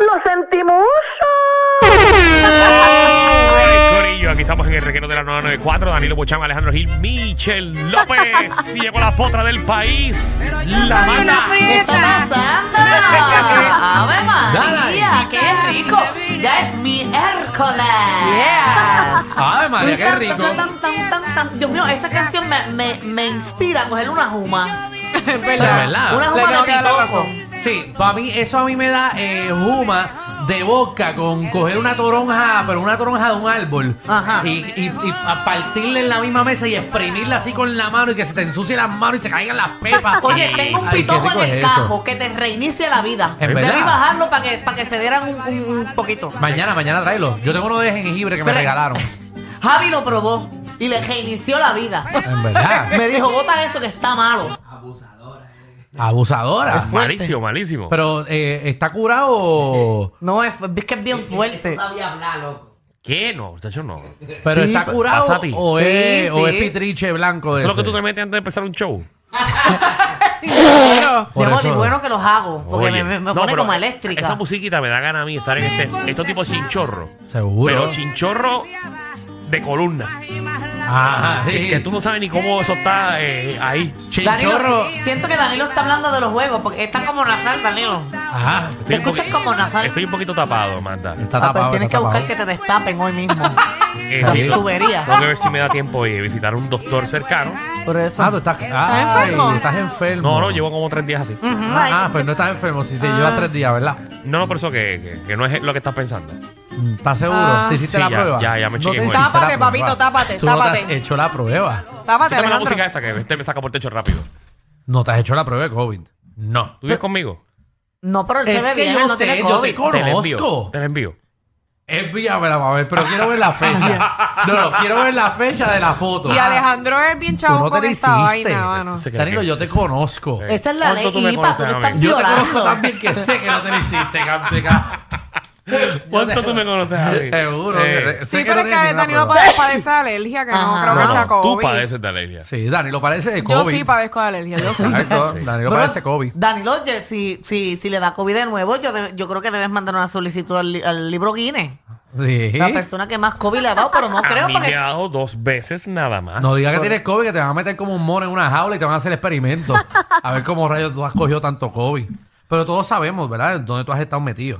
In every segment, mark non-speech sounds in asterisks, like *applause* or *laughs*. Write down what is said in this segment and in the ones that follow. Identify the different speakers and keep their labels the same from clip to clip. Speaker 1: ¡Lo sentimos!
Speaker 2: Ay, Corillo, aquí estamos en el reguero de la 994. Danilo Bocham, Alejandro Gil, Michel López.
Speaker 1: *laughs*
Speaker 2: Llegó la potra del país. La manda.
Speaker 1: ¿Qué está pasando?
Speaker 3: *laughs*
Speaker 1: ¡Ave María! ¡Qué rico! ¡Ya es miércoles! ¡Yes!
Speaker 3: Ay, María, qué rico.
Speaker 1: Dios mío, esa canción me, me, me inspira a coger una juma.
Speaker 3: De verdad.
Speaker 1: Una
Speaker 3: Le
Speaker 1: juma
Speaker 3: tengo
Speaker 1: de
Speaker 3: que dar la
Speaker 1: pitoco.
Speaker 3: razón. Sí, para mí, eso a mí me da eh, juma de boca con coger una toronja, pero una toronja de un árbol.
Speaker 1: Ajá.
Speaker 3: Y, y, y a partirla en la misma mesa y exprimirla así con la mano y que se te ensucien las manos y se caigan las pepas.
Speaker 1: *laughs* Oye, tengo un
Speaker 3: Ay, qué
Speaker 1: pitojo
Speaker 3: rico
Speaker 1: en el
Speaker 3: es eso.
Speaker 1: cajo que te reinicie la vida.
Speaker 3: Es
Speaker 1: Debí
Speaker 3: verdad.
Speaker 1: bajarlo para que, para que se dieran un, un- un poquito.
Speaker 3: Mañana, mañana tráelo. Yo tengo uno de jengibre que me
Speaker 1: Pero-
Speaker 3: regalaron.
Speaker 1: Javi lo probó y le reinició la
Speaker 3: *laughs*
Speaker 1: vida.
Speaker 3: En verdad.
Speaker 1: Me dijo, bota eso que está malo.
Speaker 3: Abusadora.
Speaker 2: Malísimo, malísimo.
Speaker 3: Pero, eh, ¿está curado o-
Speaker 1: No, es, es que es bien fuerte.
Speaker 2: ¿Qué? No, muchacho, no. Eso
Speaker 3: Pero
Speaker 1: Sí,
Speaker 3: está
Speaker 1: pa-
Speaker 3: curado
Speaker 2: pasa a ti.
Speaker 3: o,
Speaker 1: Sí,
Speaker 3: es, o
Speaker 1: sí.
Speaker 3: es pitriche blanco de
Speaker 2: es lo que
Speaker 3: ese?
Speaker 2: tú te metes antes de empezar un show.
Speaker 3: Por
Speaker 1: Debo,
Speaker 3: eso-
Speaker 1: y bueno que los hago, porque
Speaker 2: Oye.
Speaker 1: me, me- me
Speaker 2: No,
Speaker 1: pone
Speaker 2: pero
Speaker 3: e-,
Speaker 1: como eléctrica.
Speaker 2: Esa musiquita me da ganas a mí estar en este, estos tipos chinchorro.
Speaker 3: Seguro.
Speaker 2: Pero chinchorro de columna.
Speaker 1: Ah,
Speaker 3: Ajá, sí.
Speaker 2: Que tú no sabes ni cómo eso está eh, ahí.
Speaker 1: Danilo,
Speaker 3: Chinchorro.
Speaker 1: si- siento que Danilo está hablando de los juegos, porque está como nasal, Danilo.
Speaker 3: Ajá.
Speaker 2: Estoy
Speaker 1: Te
Speaker 2: un
Speaker 1: escuchas
Speaker 2: poqui-
Speaker 1: como nasal.
Speaker 2: Estoy un poquito tapado, Amanda.
Speaker 3: Está
Speaker 1: Ah, pues
Speaker 3: tapado.
Speaker 1: tienes que
Speaker 3: está
Speaker 1: buscar
Speaker 3: tapado. Ah,
Speaker 1: que te destapen hoy mismo.
Speaker 3: *laughs*
Speaker 2: Eh,
Speaker 3: Las
Speaker 2: tengo-
Speaker 1: tuberías.
Speaker 2: Tengo que ver si me da tiempo de visitar a un doctor cercano.
Speaker 1: Por eso.
Speaker 3: Ah, tú estás. ay,
Speaker 4: enfermo?
Speaker 3: Estás enfermo.
Speaker 2: No, no, llevo como tres días así.
Speaker 1: Ujú,
Speaker 3: Ah,
Speaker 1: ay, Ah.
Speaker 3: ah, pues no estás enfermo. Si te llevas tres días, ¿verdad?
Speaker 2: No, no, por eso que, que- que no es lo que estás pensando.
Speaker 3: Mm, ¿Estás seguro?
Speaker 4: Ah.
Speaker 3: ¿Te hiciste
Speaker 2: Sí,
Speaker 3: la
Speaker 2: ya,
Speaker 3: prueba?
Speaker 2: ya, ya me chequeé
Speaker 3: te
Speaker 2: con
Speaker 3: hiciste
Speaker 4: él.
Speaker 3: la
Speaker 4: Tápate,
Speaker 3: prueba.
Speaker 4: papito, tápate,
Speaker 3: Tú no te has
Speaker 4: tápate.
Speaker 3: hecho la prueba.
Speaker 4: Tápate,
Speaker 2: Dame la
Speaker 4: Alejandro.
Speaker 2: música esa que este me saca por techo rápido.
Speaker 3: No te has hecho la prueba de COVID. No.
Speaker 2: ¿Tú vives conmigo?
Speaker 1: No, pero él se ve bien, él no tiene
Speaker 3: yo te
Speaker 1: COVID.
Speaker 2: Te la envío.
Speaker 3: conozco.
Speaker 2: Te la envío.
Speaker 3: Envíamela a ver, pero quiero ver la
Speaker 1: *laughs*
Speaker 3: fecha. no, no, quiero ver la fecha de la foto.
Speaker 4: Y Alejandro es bien
Speaker 3: Tú
Speaker 4: chavo
Speaker 3: no te
Speaker 4: con
Speaker 3: la
Speaker 4: esta
Speaker 3: hiciste.
Speaker 4: vaina, mano.
Speaker 2: Se cree
Speaker 3: Danilo,
Speaker 2: que-
Speaker 3: yo te conozco.
Speaker 2: Eh,
Speaker 1: Esa es la
Speaker 2: ¿cuánto
Speaker 1: ley
Speaker 2: tú
Speaker 1: IPA,
Speaker 2: me
Speaker 1: tú
Speaker 2: conoces a
Speaker 1: estás
Speaker 2: mí?
Speaker 3: Yo te conozco
Speaker 1: violando.
Speaker 3: también que sé que no te la hiciste,
Speaker 2: *laughs*
Speaker 3: canteca.
Speaker 2: ¿Cuánto tú me conoces a mí?
Speaker 3: Seguro.
Speaker 2: Eh,
Speaker 3: que- sé
Speaker 4: Sí,
Speaker 3: que
Speaker 4: pero
Speaker 3: no
Speaker 4: es
Speaker 3: tienes
Speaker 4: que
Speaker 3: ninguna
Speaker 4: Danilo
Speaker 3: prueba.
Speaker 4: pa- padece de alergia, que no
Speaker 1: Ajá.
Speaker 4: creo
Speaker 2: no,
Speaker 4: que
Speaker 2: no,
Speaker 4: sea
Speaker 2: tú
Speaker 4: COVID.
Speaker 2: padeces de alergia.
Speaker 3: Sí, Danilo parece de
Speaker 4: Yo
Speaker 3: COVID.
Speaker 4: sí padezco de alergia, yo sí. *laughs*
Speaker 3: Exacto, Danilo
Speaker 1: Pero,
Speaker 3: parece COVID.
Speaker 1: Danilo, oye, si, si, si le da COVID de nuevo, yo, de- yo creo que debes mandar una solicitud al, li- al libro Guinness.
Speaker 3: Sí.
Speaker 1: La persona que más COVID le ha dado, pero
Speaker 3: *laughs*
Speaker 1: no creo
Speaker 2: a mí me
Speaker 1: porque...
Speaker 2: ha dado dos veces nada más.
Speaker 3: No digas que tienes COVID, que te van a meter como un mono en una jaula y te van a hacer experimentos. A ver cómo rayos tú has cogido tanto COVID. Pero todos sabemos, ¿verdad? Dónde tú has estado metido.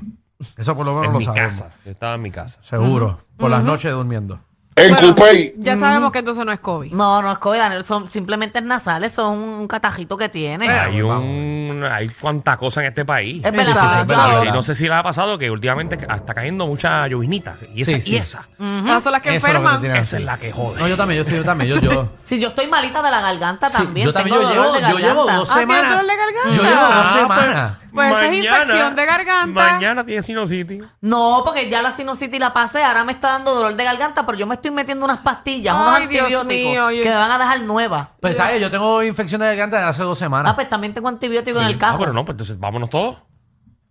Speaker 3: Eso por lo menos
Speaker 2: en
Speaker 3: lo
Speaker 2: mi
Speaker 3: sabemos.
Speaker 2: casa. Yo estaba en mi casa.
Speaker 3: Seguro. Por las noches durmiendo.
Speaker 5: En
Speaker 4: Bueno,
Speaker 5: Coupey.
Speaker 4: Ya sabemos que entonces no es COVID.
Speaker 1: No, no es COVID, Danilo, son simplemente es nasales, son un catajito que tiene.
Speaker 3: Pero,
Speaker 2: Hay un... Hay cuánta cosa en este país.
Speaker 1: es
Speaker 3: sí, sí,
Speaker 1: verdad.
Speaker 3: es verdad.
Speaker 2: Y no sé si les ha pasado que últimamente está cayendo mucha llovinita. Y esa,
Speaker 3: Sí,
Speaker 2: y
Speaker 3: sí.
Speaker 2: esa.
Speaker 4: Esas son las que
Speaker 3: Eso es lo que te tiene
Speaker 4: enferman.
Speaker 3: que
Speaker 2: Esa
Speaker 3: hacer.
Speaker 2: es la que jode.
Speaker 3: No, yo también, yo estoy, yo también, yo, yo.
Speaker 1: Si yo estoy malita de la garganta
Speaker 3: Sí,
Speaker 1: también,
Speaker 3: yo también
Speaker 1: tengo
Speaker 3: yo
Speaker 1: dolor
Speaker 3: llevo,
Speaker 1: de
Speaker 3: yo llevo
Speaker 1: garganta.
Speaker 3: dos
Speaker 4: Ah, ¿tienes
Speaker 3: semanas.
Speaker 4: dolor de garganta?
Speaker 3: Yo llevo dos
Speaker 2: Ah,
Speaker 3: semanas.
Speaker 4: Pues esa es infección de garganta.
Speaker 2: Mañana tiene sinusitis.
Speaker 1: No, porque ya la sinusitis la pasé, ahora me está dando dolor de garganta, pero yo me estoy metiendo unas pastillas, unos
Speaker 4: Ay, Dios
Speaker 1: antibióticos
Speaker 4: mío, yo-
Speaker 1: que me van a dejar nuevas.
Speaker 3: Pues sabes, yo tengo infección de garganta desde hace dos semanas.
Speaker 1: Ah, pues también tengo antibiótico en el
Speaker 2: Ah,
Speaker 1: carro.
Speaker 2: pero no, pues entonces vámonos todos.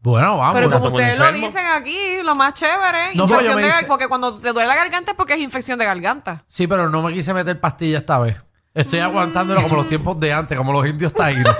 Speaker 3: Bueno, vamos.
Speaker 4: Pero como
Speaker 2: estamos
Speaker 4: ustedes lo
Speaker 2: enfermos.
Speaker 4: dicen aquí, lo más chévere,
Speaker 3: No, pero yo
Speaker 4: infección
Speaker 3: me
Speaker 4: de gar-
Speaker 3: hice-
Speaker 4: porque cuando te duele la garganta es porque es infección de garganta.
Speaker 3: Sí, pero no me quise meter pastilla esta vez. Estoy aguantándolo como los tiempos de antes, como los indios taínos.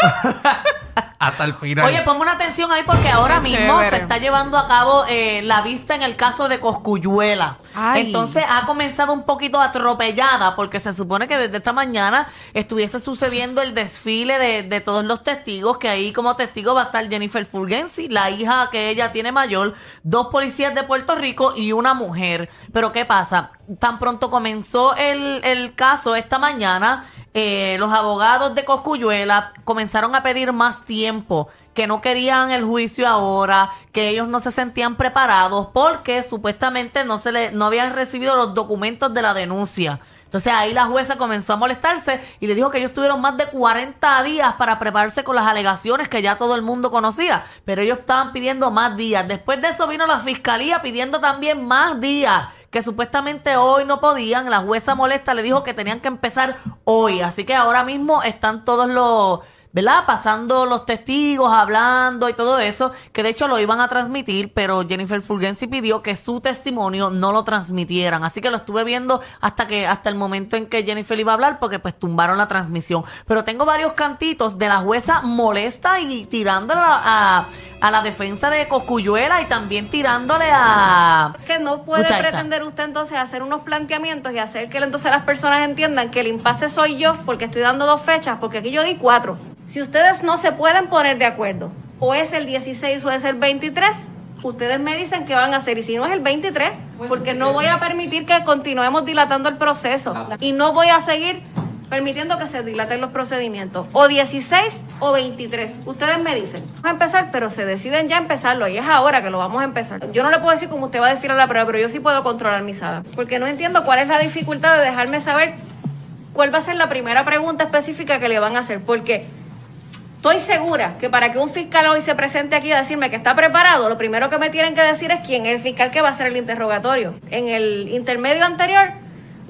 Speaker 3: hasta el final.
Speaker 1: Oye, pues, ponme una atención ahí porque ahora mismo
Speaker 4: Chévere.
Speaker 1: se está llevando a cabo eh, la vista en el caso de Coscuyuela.
Speaker 4: Ay.
Speaker 1: Entonces ha comenzado un poquito atropellada porque se supone que desde esta mañana estuviese sucediendo el desfile de, de todos los testigos, que ahí como testigo va a estar Jennifer Fulgensi, la hija que ella tiene mayor, dos policías de Puerto Rico y una mujer. Pero ¿qué pasa? Tan pronto comenzó el, el caso esta mañana, eh, los abogados de Coscuyuela comenzaron a pedir más tiempo, que no querían el juicio ahora, que ellos no se sentían preparados porque supuestamente no se le, no habían recibido los documentos de la denuncia. Entonces ahí la jueza comenzó a molestarse y le dijo que ellos tuvieron más de 40 días para prepararse con las alegaciones que ya todo el mundo conocía, pero ellos estaban pidiendo más días. Después de eso vino la fiscalía pidiendo también más días, que supuestamente hoy no podían. La jueza molesta le dijo que tenían que empezar hoy, así que ahora mismo están todos los... ¿Verdad? Pasando los testigos, hablando y todo eso, que de hecho lo iban a transmitir, pero Jennifer Fulgensi pidió que su testimonio no lo transmitieran. Así que lo estuve viendo hasta que hasta el momento en que Jennifer iba a hablar porque pues tumbaron la transmisión. Pero tengo varios cantitos de la jueza molesta y tirándole a, a la defensa de Coscuyuela y también tirándole a...
Speaker 5: que no puede
Speaker 1: Muchacha.
Speaker 5: pretender usted entonces hacer unos planteamientos y hacer que entonces las personas entiendan que el impasse soy yo porque estoy dando dos fechas, porque aquí yo di cuatro. Si ustedes no se pueden poner de acuerdo, o es el 16 o es el 23, ustedes me dicen qué van a hacer. Y si no es el 23, porque no voy a permitir que continuemos dilatando el proceso y no voy a seguir permitiendo que se dilaten los procedimientos. O 16 o 23. Ustedes me dicen, vamos a empezar, pero se deciden ya empezarlo y es ahora que lo vamos a empezar. Yo no le puedo decir cómo usted va a decir a la prueba, pero yo sí puedo controlar mi sala. Porque no entiendo cuál es la dificultad de dejarme saber cuál va a ser la primera pregunta específica que le van a hacer. Porque estoy segura que para que un fiscal hoy se presente aquí a decirme que está preparado, lo primero que me tienen que decir es quién es el fiscal que va a hacer el interrogatorio. En el intermedio anterior...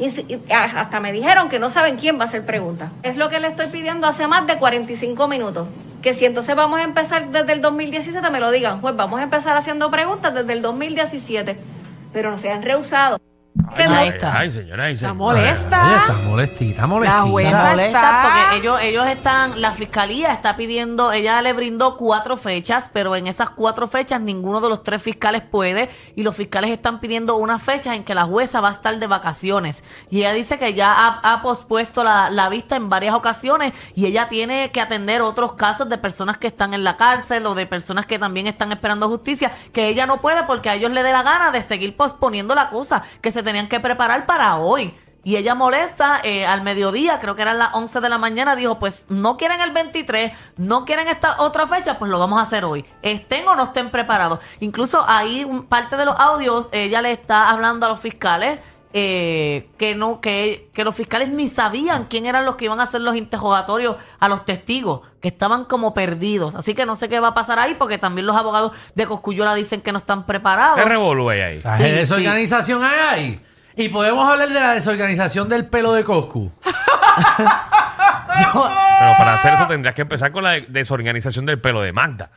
Speaker 5: Y si- y a- hasta me dijeron que no saben quién va a hacer preguntas. Es lo que le estoy pidiendo hace más de 45 minutos. Que si entonces vamos a empezar desde el 2017, me lo digan. Pues vamos a empezar haciendo preguntas desde el 2017. Pero no se han rehusado. Que no-
Speaker 1: Ahí está.
Speaker 2: Ay, señora, ahí
Speaker 4: Está
Speaker 2: señora.
Speaker 3: Oye,
Speaker 4: molesta.
Speaker 3: está molestita, molestita.
Speaker 4: La
Speaker 1: La
Speaker 4: jueza. Esa
Speaker 1: molesta
Speaker 4: está-
Speaker 1: Pues porque ellos, ellos están, la fiscalía está pidiendo, ella le brindó cuatro fechas, pero en esas cuatro fechas ninguno de los tres fiscales puede y los fiscales están pidiendo una fecha en que la jueza va a estar de vacaciones. Y ella dice que ya ha, ha pospuesto la, la vista en varias ocasiones y ella tiene que atender otros casos de personas que están en la cárcel o de personas que también están esperando justicia, que ella no puede porque a ellos le dé la gana de seguir posponiendo la cosa, que se tenían que preparar para hoy. Y ella molesta eh, al mediodía, creo que eran las 11 de la mañana, dijo, pues no quieren el 23, no quieren esta otra fecha, pues lo vamos a hacer hoy. Estén o no estén preparados. Incluso ahí un- parte de los audios, ella le está hablando a los fiscales. eh, que no que, que los fiscales ni sabían quién eran los que iban a hacer los interrogatorios a los testigos que estaban como perdidos así que no sé qué va a pasar ahí porque también los abogados de Coscuyola dicen que no están preparados
Speaker 2: ¿Qué revolú hay ahí?
Speaker 3: Ah,
Speaker 1: Sí,
Speaker 3: ¿qué desorganización hay ahí. Y podemos hablar de la desorganización del pelo de Coscu.
Speaker 1: Yo-
Speaker 2: Pero para hacer eso tendrías que empezar con la de- desorganización del pelo de Magda.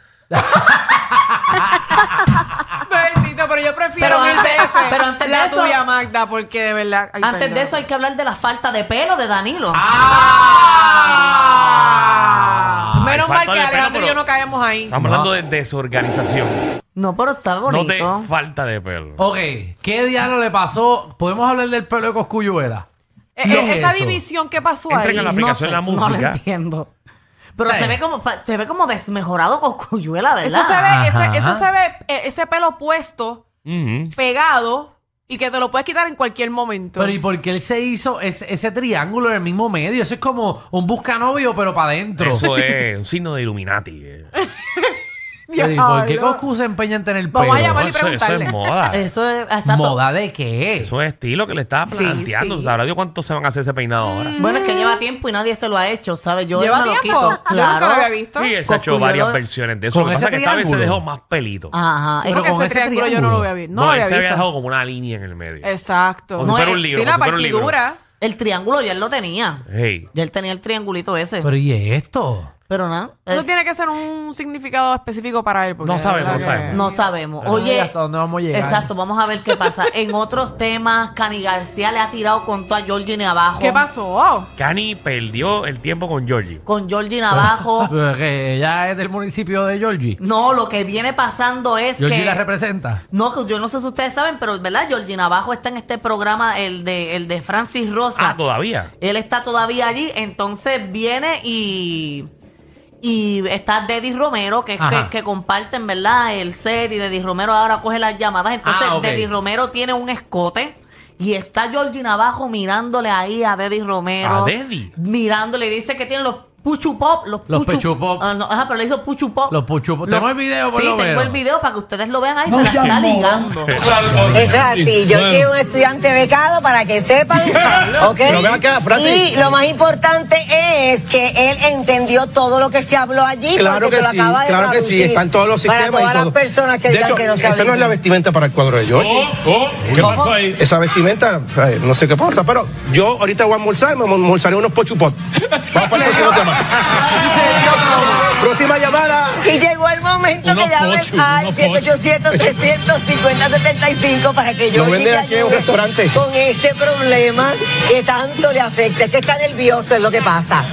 Speaker 3: Ah.
Speaker 4: Bendito, pero yo prefiero
Speaker 1: Pero
Speaker 4: mil
Speaker 1: antes-
Speaker 4: veces
Speaker 1: pero antes de
Speaker 4: la
Speaker 1: eso-
Speaker 4: tuya, Magda, porque de verdad. ay,
Speaker 1: antes de
Speaker 4: perdón.
Speaker 1: eso hay que hablar de la falta de pelo de Danilo
Speaker 3: ¡Ah!
Speaker 4: Menos
Speaker 2: Ay,
Speaker 4: mal
Speaker 2: falta
Speaker 4: que
Speaker 2: de pelo,
Speaker 4: Alejandro y yo
Speaker 2: pero-
Speaker 4: no caemos ahí.
Speaker 2: Estamos
Speaker 3: No.
Speaker 2: hablando de desorganización,
Speaker 1: No, pero está
Speaker 2: no
Speaker 1: bonito.
Speaker 2: de falta de pelo.
Speaker 3: Ok, ¿qué diablo le pasó? ¿Podemos hablar del pelo de Coscuyuela?
Speaker 4: Eh,
Speaker 3: ¿Qué
Speaker 4: eh,
Speaker 3: es
Speaker 4: esa
Speaker 3: eso?
Speaker 4: división que pasó
Speaker 2: Entren a
Speaker 4: ahí.
Speaker 2: la aplicación de la
Speaker 1: no lo
Speaker 2: música.
Speaker 1: entiendo. Pero
Speaker 3: Sí.
Speaker 1: se ve como fa- se ve como desmejorado con cuyuela, ¿verdad?
Speaker 4: Eso se ve,
Speaker 3: Ajá.
Speaker 4: ese, eso se ve eh, ese pelo puesto,
Speaker 2: Ujú.
Speaker 4: pegado, y que te lo puedes quitar en cualquier momento.
Speaker 3: Pero ¿y
Speaker 4: *laughs*
Speaker 3: por qué él se hizo ese, ese triángulo en el mismo medio? Eso es como un buscanovio, pero para adentro.
Speaker 2: Eso es un signo de
Speaker 4: *laughs*
Speaker 2: Illuminati. eh.
Speaker 3: Pero, ¿y por qué
Speaker 4: Diablo.
Speaker 3: Coscu se empeña en tener pelo?
Speaker 4: Vamos a llamar- Vale,
Speaker 2: eso, eso
Speaker 4: preguntarle.
Speaker 2: es
Speaker 4: *laughs*
Speaker 2: moda.
Speaker 1: Eso es exacto.
Speaker 3: ¿Moda de qué?
Speaker 2: Eso es estilo que le estaba
Speaker 4: Sí,
Speaker 2: planteando.
Speaker 4: sí. Mm,
Speaker 2: Sabrá Dios cuántos se van a hacer ese peinado ahora.
Speaker 1: Bueno, es que lleva tiempo y nadie se lo ha hecho, ¿sabes? Yo
Speaker 4: Lleva
Speaker 1: me lo quito,
Speaker 4: tiempo. Yo nunca
Speaker 1: claro.
Speaker 4: lo había visto.
Speaker 2: Y él se ha hecho
Speaker 1: Cosculluela.
Speaker 2: varias versiones de eso. Lo
Speaker 3: Con
Speaker 2: que pasa
Speaker 3: ese
Speaker 2: es que esta vez se
Speaker 3: triángulo.
Speaker 2: dejó más pelito.
Speaker 1: Ajá.
Speaker 3: Pero
Speaker 4: Porque
Speaker 3: con
Speaker 4: ese
Speaker 3: ese
Speaker 4: triángulo yo no
Speaker 3: triángulo.
Speaker 4: lo había visto. Ah, No,
Speaker 2: no,
Speaker 4: lo
Speaker 2: él
Speaker 4: había
Speaker 2: se había
Speaker 4: visto.
Speaker 2: dejado como una línea en el medio.
Speaker 4: Exacto.
Speaker 2: Como si
Speaker 1: No
Speaker 2: fuera
Speaker 1: es-
Speaker 2: un libro.
Speaker 4: sí,
Speaker 2: como
Speaker 4: la
Speaker 2: si fuera un libro.
Speaker 4: partidura.
Speaker 1: El triángulo ya él lo tenía.
Speaker 2: Hey.
Speaker 1: Ya él tenía el triangulito ese.
Speaker 3: Pero ¿y esto?
Speaker 1: Pero, Pero nada.
Speaker 4: No
Speaker 1: eh,
Speaker 4: tiene que ser un significado específico para él. porque
Speaker 2: No
Speaker 4: de
Speaker 2: sabemos, no
Speaker 4: verdad que-
Speaker 2: sabemos.
Speaker 1: no sabemos.
Speaker 3: Pero
Speaker 1: Oye,
Speaker 3: no sé hasta dónde vamos a llegar.
Speaker 1: Exacto, vamos a ver qué pasa. en otros temas, Cani García le ha tirado con todo a Georgie Navajo.
Speaker 4: ¿Qué pasó?
Speaker 2: Cani perdió el tiempo con Georgie.
Speaker 1: Con Georgie
Speaker 3: *laughs*
Speaker 1: Navajo.
Speaker 3: Pero que ella es del municipio de Georgie.
Speaker 1: no, lo que viene pasando es
Speaker 3: Georgie
Speaker 1: que...
Speaker 3: la representa.
Speaker 1: No, que yo no sé si ustedes saben, pero verdad, Georgina Bajo está en este programa, el de, el de Francis Rosa.
Speaker 2: Ah, todavía.
Speaker 1: Él está todavía allí, entonces viene y y está Deddy Romero, que es
Speaker 3: Ajá.
Speaker 1: que, que comparten, ¿verdad? El set y Deddy Romero ahora coge las llamadas. Entonces
Speaker 3: Ah, ok.
Speaker 1: Deddy Romero tiene un escote y está Georgina Bajo mirándole ahí a Deddy Romero.
Speaker 2: ¿A Deddy?
Speaker 1: Mirándole, dice que tiene los puchu pop, los,
Speaker 3: Los puchu pop.
Speaker 1: Ah, no, ajá, pero le hizo puchu pop.
Speaker 3: Los puchu pop. Tenemos el video, por
Speaker 1: Sí,
Speaker 3: lo
Speaker 1: tengo
Speaker 3: menos.
Speaker 1: el video para que ustedes lo vean ahí, se la está ligando.
Speaker 6: Eso es así. Yo soy un estudiante becado para que sepan. ¿ok?
Speaker 7: Pero ven acá, Francis.
Speaker 6: Y lo más importante es que él entendió todo lo que se habló allí.
Speaker 7: Claro
Speaker 6: porque
Speaker 7: que
Speaker 6: te lo
Speaker 7: sí,
Speaker 6: acaba de
Speaker 7: claro que sí,
Speaker 6: traducir
Speaker 7: están todos los sistemas.
Speaker 6: Para todas
Speaker 7: y
Speaker 6: las
Speaker 7: todo.
Speaker 6: personas que
Speaker 7: de
Speaker 6: digan
Speaker 7: hecho,
Speaker 6: que no
Speaker 7: esa
Speaker 6: saben.
Speaker 7: no es la vestimenta para el cuadro de George.
Speaker 8: Oh, ¿Qué pasó ahí?
Speaker 7: Esa vestimenta, eh, no sé qué pasa, pero yo ahorita voy a almorzar, me almorzaré unos pochupot. Vamos para el próximo
Speaker 1: *laughs*
Speaker 7: tema. Próxima llamada.
Speaker 6: Y llegó el momento
Speaker 8: Unos
Speaker 6: que llamen
Speaker 8: pochos,
Speaker 6: al
Speaker 8: unos
Speaker 6: 787-350-75 para que yo
Speaker 7: Lo venden
Speaker 6: le
Speaker 7: aquí en un
Speaker 6: ayude
Speaker 7: restaurante.
Speaker 6: con ese problema que tanto le afecta. Es que está nervioso, es lo que pasa.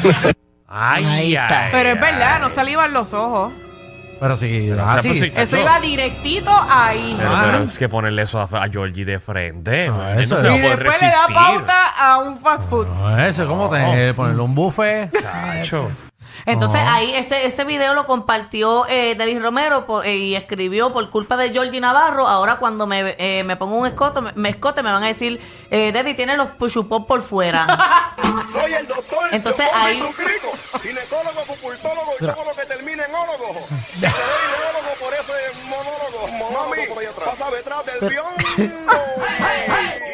Speaker 2: Ay,
Speaker 1: Ahí está.
Speaker 2: ay,
Speaker 4: Pero es
Speaker 2: ay.
Speaker 4: verdad, no salivan los ojos.
Speaker 3: Pero sí,
Speaker 2: Pero, o
Speaker 3: ah,
Speaker 2: sea,
Speaker 3: sí.
Speaker 2: pues, sí.
Speaker 4: Eso
Speaker 2: No.
Speaker 4: iba directito ahí.
Speaker 2: Pero,
Speaker 3: Ah.
Speaker 2: pero es que ponerle eso a, a Georgie de frente.
Speaker 3: Ah,
Speaker 2: él
Speaker 3: eso es.
Speaker 2: no se va
Speaker 4: Y
Speaker 2: a poder
Speaker 4: después
Speaker 2: resistir.
Speaker 4: le da pauta a un fast food.
Speaker 3: No, eso, ¿cómo te ponerle un
Speaker 2: *laughs*
Speaker 3: buffet?
Speaker 2: Cacho.
Speaker 1: Entonces
Speaker 3: Ajá.
Speaker 1: ahí ese, ese video lo compartió eh, Deddy Romero po- eh, y escribió por culpa de Georgie Navarro. Ahora cuando me, eh, me pongo un escote, me, me escote, me van a decir, eh, Deddy tiene los puchupop por fuera.
Speaker 7: Soy el doctor.
Speaker 1: Entonces, Teocómico ahí-
Speaker 7: Ginecólogo, pupultólogo, y todo lo que termine en *laughs* ólogo. Te doy ólogo por ese monólogo. Mami, pasa detrás del
Speaker 6: *laughs*
Speaker 7: biombo.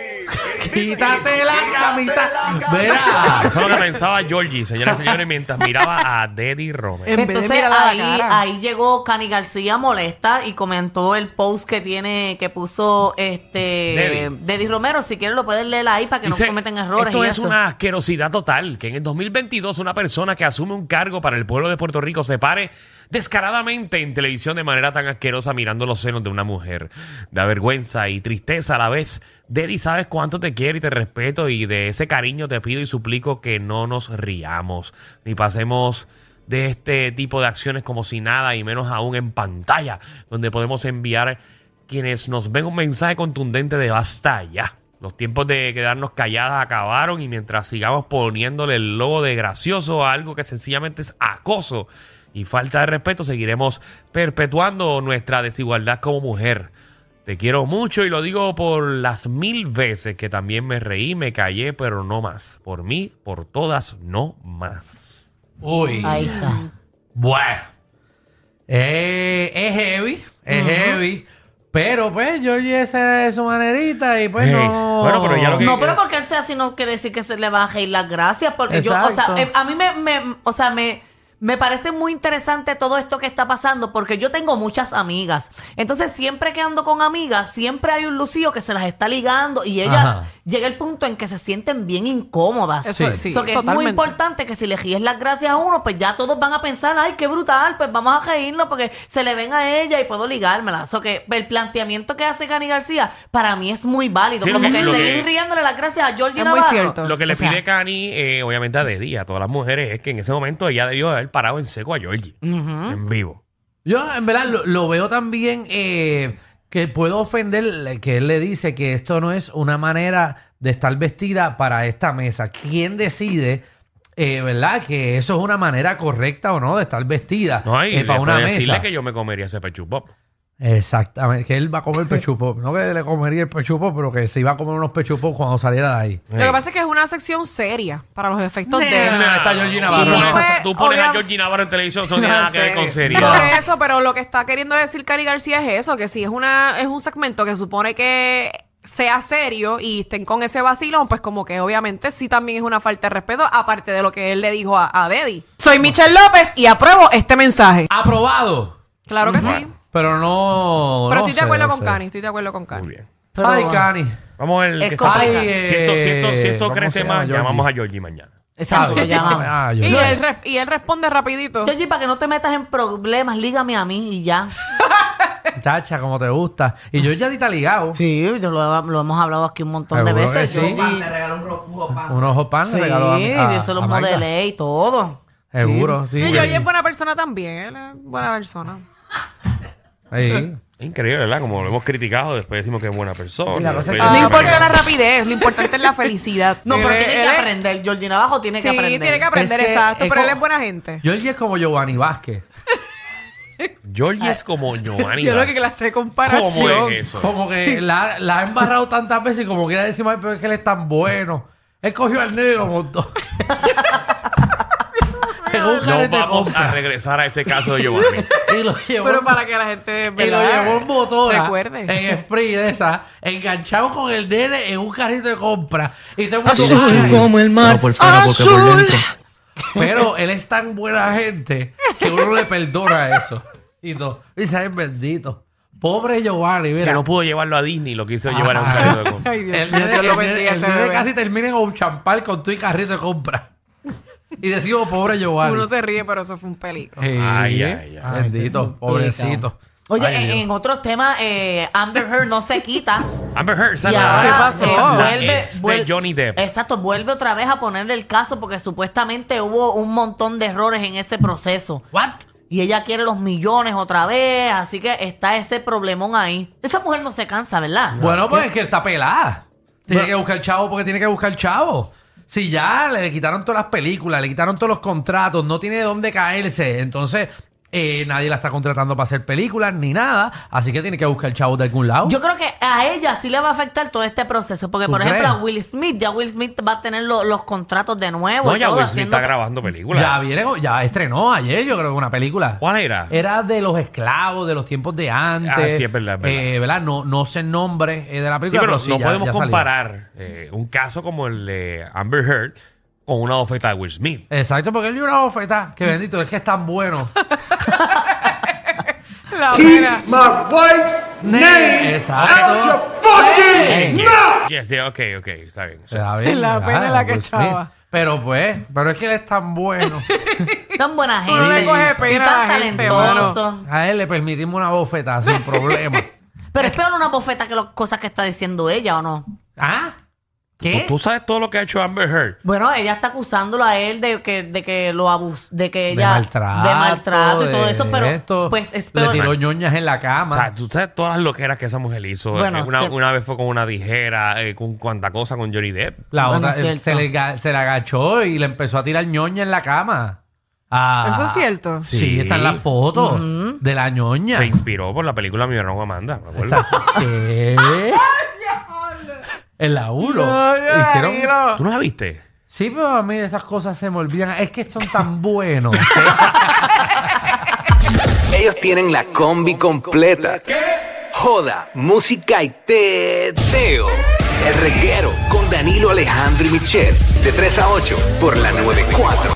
Speaker 3: Quítate la camisa. Verá.
Speaker 2: *laughs* Eso es lo que pensaba Georgie, señoras y señores, mientras miraba a Deddy Romero.
Speaker 4: En vez de
Speaker 1: Entonces
Speaker 4: mirarla a la
Speaker 1: ahí,
Speaker 4: cara.
Speaker 1: ahí llegó Cani García molesta y comentó el post que tiene, que puso este
Speaker 2: Deddy.
Speaker 1: Deddy Romero. Si quieren lo pueden leer ahí para que
Speaker 2: Dice,
Speaker 1: no cometen errores.
Speaker 2: Esto
Speaker 1: y
Speaker 2: es
Speaker 1: eso.
Speaker 2: una asquerosidad total. Que en el 2022 una persona que asume un cargo para el pueblo de Puerto Rico se pare descaradamente en televisión de manera tan asquerosa mirando los senos de una mujer. Da vergüenza y tristeza a la vez. Deddy, sabes cuánto te quiero y te respeto y de ese cariño te pido y suplico que no nos riamos ni pasemos de este tipo de acciones como si nada y menos aún en pantalla donde podemos enviar quienes nos ven un mensaje contundente de basta ya. Los tiempos de quedarnos calladas acabaron y mientras sigamos poniéndole el logo de gracioso a algo que sencillamente es acoso y falta de respeto, seguiremos perpetuando nuestra desigualdad como mujer. Te quiero mucho y lo digo por las mil veces que también me reí, me callé, pero no más. Por mí, por todas, no más.
Speaker 3: Uy.
Speaker 1: Ahí está.
Speaker 3: Bueno. Eh, es heavy. Es heavy. Pero pues, Georgie esa es su manerita y pues
Speaker 2: Hey,
Speaker 3: no.
Speaker 2: bueno, pero ya lo que-
Speaker 1: No, pero porque él sea así no quiere decir que se le baje y las gracias. Porque yo, o
Speaker 3: Exacto.
Speaker 1: sea, eh, a mí me, me- o sea, me, me parece muy interesante todo esto que está pasando porque yo tengo muchas amigas. Entonces, siempre que ando con amigas, siempre hay un lucío que se las está ligando y ellas
Speaker 3: Ajá.
Speaker 1: llega el punto en que se sienten bien incómodas.
Speaker 4: Eso,
Speaker 3: Sí.
Speaker 4: sí,
Speaker 1: So que es muy
Speaker 4: totalmente.
Speaker 1: importante que si le gies las gracias a uno, pues ya todos van a pensar, ay, qué brutal, pues vamos a reírnos porque se le ven a ella y puedo ligármela. Eso que el planteamiento que hace Cani García para mí es muy válido.
Speaker 2: Sí,
Speaker 1: como
Speaker 2: lo que-
Speaker 1: que
Speaker 2: lo
Speaker 1: seguir
Speaker 2: que-
Speaker 1: riéndole las gracias a Georgie
Speaker 4: Es muy
Speaker 1: Navarro.
Speaker 4: cierto.
Speaker 2: Lo que le
Speaker 1: O sea,
Speaker 2: pide Cani, eh, obviamente a Deddy, a todas las mujeres, es que en ese momento ella debió haber parado en seco a Georgie. En vivo.
Speaker 3: Yo, en verdad, lo, lo veo también eh, que puedo ofender que él le dice que esto no es una manera de estar vestida para esta mesa. ¿Quién decide, eh, verdad, que eso es una manera correcta o no de estar vestida
Speaker 2: No hay
Speaker 3: eh, para una mesa?
Speaker 2: decirle que yo me comería ese pechupop.
Speaker 3: Exactamente, que él va a
Speaker 2: *laughs*
Speaker 3: comer pechupo. no que le comería el pechupo, pero que se iba a comer unos pechupos cuando saliera de ahí.
Speaker 4: Lo que pasa es que es una sección seria para los efectos de él.
Speaker 3: Está Georgina
Speaker 2: Tú
Speaker 3: Navarro.
Speaker 4: Y
Speaker 2: pones,
Speaker 4: pues,
Speaker 2: tú pones a
Speaker 4: obvia-
Speaker 2: Georgie Navarro en televisión,
Speaker 4: *laughs*
Speaker 2: eso no tiene
Speaker 1: No,
Speaker 2: nada que ver con
Speaker 1: en
Speaker 2: serio.
Speaker 4: Por eso, pero lo que está queriendo decir Cari García es eso, que si es una es un segmento que supone que sea serio y estén con ese vacilón, pues como que obviamente sí también es una falta de respeto, aparte de lo que él le dijo a, a Deddy. Soy Michelle López y apruebo este mensaje.
Speaker 3: Aprobado,
Speaker 4: Claro que sí.
Speaker 3: pero no.
Speaker 4: Pero
Speaker 3: no
Speaker 4: estoy de
Speaker 3: sé,
Speaker 4: acuerdo
Speaker 3: no
Speaker 4: con
Speaker 3: sé.
Speaker 4: Cani, estoy de acuerdo con Cani.
Speaker 2: Muy bien.
Speaker 1: Pero-
Speaker 3: Ay, Cani.
Speaker 2: Vamos a ver
Speaker 1: Es
Speaker 2: qué está
Speaker 1: complicado.
Speaker 2: pasando.
Speaker 3: Ay,
Speaker 2: Si esto, si esto- si
Speaker 3: eh,
Speaker 2: esto
Speaker 3: ¿cómo
Speaker 2: crece
Speaker 3: se llama,
Speaker 2: más,
Speaker 3: Georgie?
Speaker 2: llamamos a Georgie mañana.
Speaker 1: Exacto, lo llamamos.
Speaker 3: *laughs* Ah, yo-
Speaker 4: Y
Speaker 3: yo-
Speaker 4: él, re- y él responde rapidito.
Speaker 1: Yoyi, para que no te metas en problemas, lígame a mí y ya.
Speaker 3: Chacha, como te gusta. Y yo ya ni te ha ligado.
Speaker 1: Sí, yo lo, lo hemos hablado aquí un montón de
Speaker 3: Seguro
Speaker 1: veces.
Speaker 3: que sí.
Speaker 1: Yoyi.
Speaker 3: Un ojo pan
Speaker 1: Sí,
Speaker 3: regaló a, a-
Speaker 1: yo se los
Speaker 3: a Magda.
Speaker 1: modelé y todo.
Speaker 3: Seguro, sí.
Speaker 4: Y
Speaker 3: yo-
Speaker 4: Yoyi es buena persona también, él es buena persona.
Speaker 3: Sí.
Speaker 2: Increíble, ¿verdad? Como lo hemos criticado, después decimos que es buena persona.
Speaker 3: Y la cosa es que-
Speaker 2: después
Speaker 4: No
Speaker 3: Ah,
Speaker 2: decimos
Speaker 4: importa
Speaker 2: que-
Speaker 4: la rapidez, lo importante es la felicidad.
Speaker 1: No, pero
Speaker 4: Él-
Speaker 1: tiene que
Speaker 4: él es-
Speaker 1: aprender. Georgina Abajo tiene que
Speaker 4: Sí,
Speaker 1: aprender.
Speaker 4: tiene que aprender,
Speaker 3: Es que
Speaker 4: exacto.
Speaker 3: es
Speaker 4: Pero él
Speaker 3: como-
Speaker 4: es buena gente.
Speaker 3: Georgie es como Giovanni Vázquez.
Speaker 2: Georgie es como Giovanni.
Speaker 4: Yo lo que clase de comparación.
Speaker 2: ¿Cómo es eso?
Speaker 3: Como que la, la ha embarrado tantas veces y como quiera decir, "Ay, pero es que él es tan bueno. Él cogió al negro y lo
Speaker 4: *laughs*
Speaker 3: montó. Pegó un
Speaker 2: No
Speaker 3: carete de
Speaker 2: vamos a
Speaker 3: compra
Speaker 2: regresar a ese caso de
Speaker 4: *laughs*
Speaker 2: Giovanni.
Speaker 3: y lo llevó.
Speaker 4: Pero para que la gente
Speaker 3: y lo
Speaker 4: ¿verdad?
Speaker 3: llevó en motora,
Speaker 4: Recuerde.
Speaker 3: en spray de esa, enganchado con el nene en un carrito de compra. Y todo el mundo, "Ay".
Speaker 8: el mar
Speaker 3: Pero él es tan buena gente que uno le perdona eso. Y todo. Y sabes, bendito. Pobre Giovanni,
Speaker 2: Que
Speaker 3: mira.
Speaker 2: no pudo llevarlo a Disney, lo quiso llevar a un
Speaker 3: Ajá.
Speaker 2: carrito de compra.
Speaker 4: Ay, Dios
Speaker 3: el
Speaker 4: mío,
Speaker 3: nene,
Speaker 4: Dios lo
Speaker 3: el nene-
Speaker 4: bendiga
Speaker 3: el
Speaker 4: ese
Speaker 3: nene
Speaker 4: bebé.
Speaker 3: casi termina en un champal con tu y carrito de compra. Y decimos, pobre Giovanni.
Speaker 4: Uno se ríe, pero eso fue un peligro.
Speaker 3: Eh,
Speaker 2: Ay, ay, ay.
Speaker 3: Bendito, pobrecito.
Speaker 1: Oye,
Speaker 3: Ay,
Speaker 1: en,
Speaker 3: Dios.
Speaker 1: en otros temas, eh, Amber Heard no se
Speaker 2: *laughs*
Speaker 1: quita.
Speaker 2: Amber Heard,
Speaker 1: y
Speaker 2: ¿sabes?
Speaker 1: ahora
Speaker 4: ¿Qué
Speaker 1: eh,
Speaker 4: pasó?
Speaker 1: vuelve,
Speaker 2: Ex Ah, de
Speaker 1: vuel-
Speaker 2: Johnny Depp.
Speaker 1: Exacto, vuelve otra vez a ponerle el caso porque supuestamente hubo un montón de errores en ese proceso.
Speaker 3: What?
Speaker 1: Y ella quiere los millones otra vez, así que está ese problemón ahí. Esa mujer no se cansa, ¿verdad?
Speaker 3: Bueno, pues es que está pelada. Tiene que buscar chavo porque tiene que buscar chavo. Si ya le quitaron todas las películas, le quitaron todos los contratos, no tiene dónde caerse. Entonces, eh, nadie la está contratando para hacer películas ni nada. Así que tiene que buscar chavo de algún lado.
Speaker 1: Yo creo que a ella sí le va a afectar todo este proceso, porque
Speaker 3: ¿Tú
Speaker 1: por ejemplo
Speaker 3: crees?
Speaker 1: a Will Smith, ya Will Smith va a tener lo- los contratos de nuevo.
Speaker 2: No,
Speaker 1: y
Speaker 2: ya
Speaker 1: todo,
Speaker 2: Will Smith
Speaker 1: haciendo-
Speaker 2: está grabando películas.
Speaker 3: ya viene, con- ya estrenó ayer, yo creo, una película.
Speaker 2: ¿Cuál era?
Speaker 3: Era de los esclavos, de los tiempos de antes.
Speaker 2: Ah, sí, es verdad, es verdad.
Speaker 3: Eh, ¿verdad? No, no sé el nombre eh, de la
Speaker 2: Sí,
Speaker 3: película.
Speaker 2: pero no
Speaker 3: ya-
Speaker 2: podemos
Speaker 3: ya salió.
Speaker 2: comparar eh, un caso como el de Amber Heard con una oferta de Will Smith.
Speaker 3: Exacto, porque él dio una bofeta. Que bendito, es que es tan bueno.
Speaker 4: La buena.
Speaker 3: Name Exacto. Name.
Speaker 2: Yes, yeah, ok, ok, está bien. O sea,
Speaker 3: Está bien,
Speaker 4: La
Speaker 3: ya,
Speaker 4: pena la que
Speaker 3: Will Smith.
Speaker 4: echaba.
Speaker 3: Pero pues, pero es que él es
Speaker 1: *laughs*
Speaker 3: tan bueno.
Speaker 1: Tan buena
Speaker 4: Uno
Speaker 1: gente.
Speaker 4: le coge
Speaker 1: y
Speaker 4: pena a
Speaker 1: tan
Speaker 4: la gente,
Speaker 1: talentoso.
Speaker 4: mano.
Speaker 3: A él le permitimos una
Speaker 1: *laughs*
Speaker 3: bofetada sin problema.
Speaker 1: Pero es peor una bofeta que las cosas que está diciendo ella, ¿o no?
Speaker 3: ¿Ah? ¿Qué?
Speaker 2: pues tú sabes todo lo que ha hecho Amber Heard.
Speaker 1: Bueno, ella está acusándolo a él de que, de que lo abus de que
Speaker 3: De
Speaker 1: ella
Speaker 3: maltrato.
Speaker 1: de maltrato y todo eso,
Speaker 3: de
Speaker 1: pero
Speaker 3: esto.
Speaker 1: pues es
Speaker 3: Le
Speaker 1: peor.
Speaker 3: tiró ñoñas en la
Speaker 2: O sea,
Speaker 3: cama.
Speaker 2: tú sabes todas las loqueras que esa mujer hizo.
Speaker 1: Bueno,
Speaker 2: Eh, una,
Speaker 1: es que-
Speaker 2: una vez fue con una tijera, eh, con cuanta cosa con Johnny Depp.
Speaker 3: La
Speaker 1: Bueno,
Speaker 3: otra
Speaker 1: es cierto.
Speaker 3: se le, ga- se le agachó y le empezó a tirar ñoña en la cama. Ah.
Speaker 4: Eso es cierto.
Speaker 3: Sí,
Speaker 2: Sí.
Speaker 3: está en la foto de la ñoña.
Speaker 2: Se inspiró por la película Mi verano Amanda, me
Speaker 3: *laughs*
Speaker 2: acuerdo.
Speaker 3: Exacto. ¿Qué? En la 1.
Speaker 4: Ay,
Speaker 3: Hicieron
Speaker 4: Danilo.
Speaker 2: ¿Tú no la viste?
Speaker 3: Sí, pero a mí esas cosas se me olvidan. Es que son tan
Speaker 2: *laughs*
Speaker 3: buenos.
Speaker 8: Ellos tienen la combi completa. Joda, música y teo. El reguero con Danilo Alejandro y Michel. De 3 a 8 por la 94.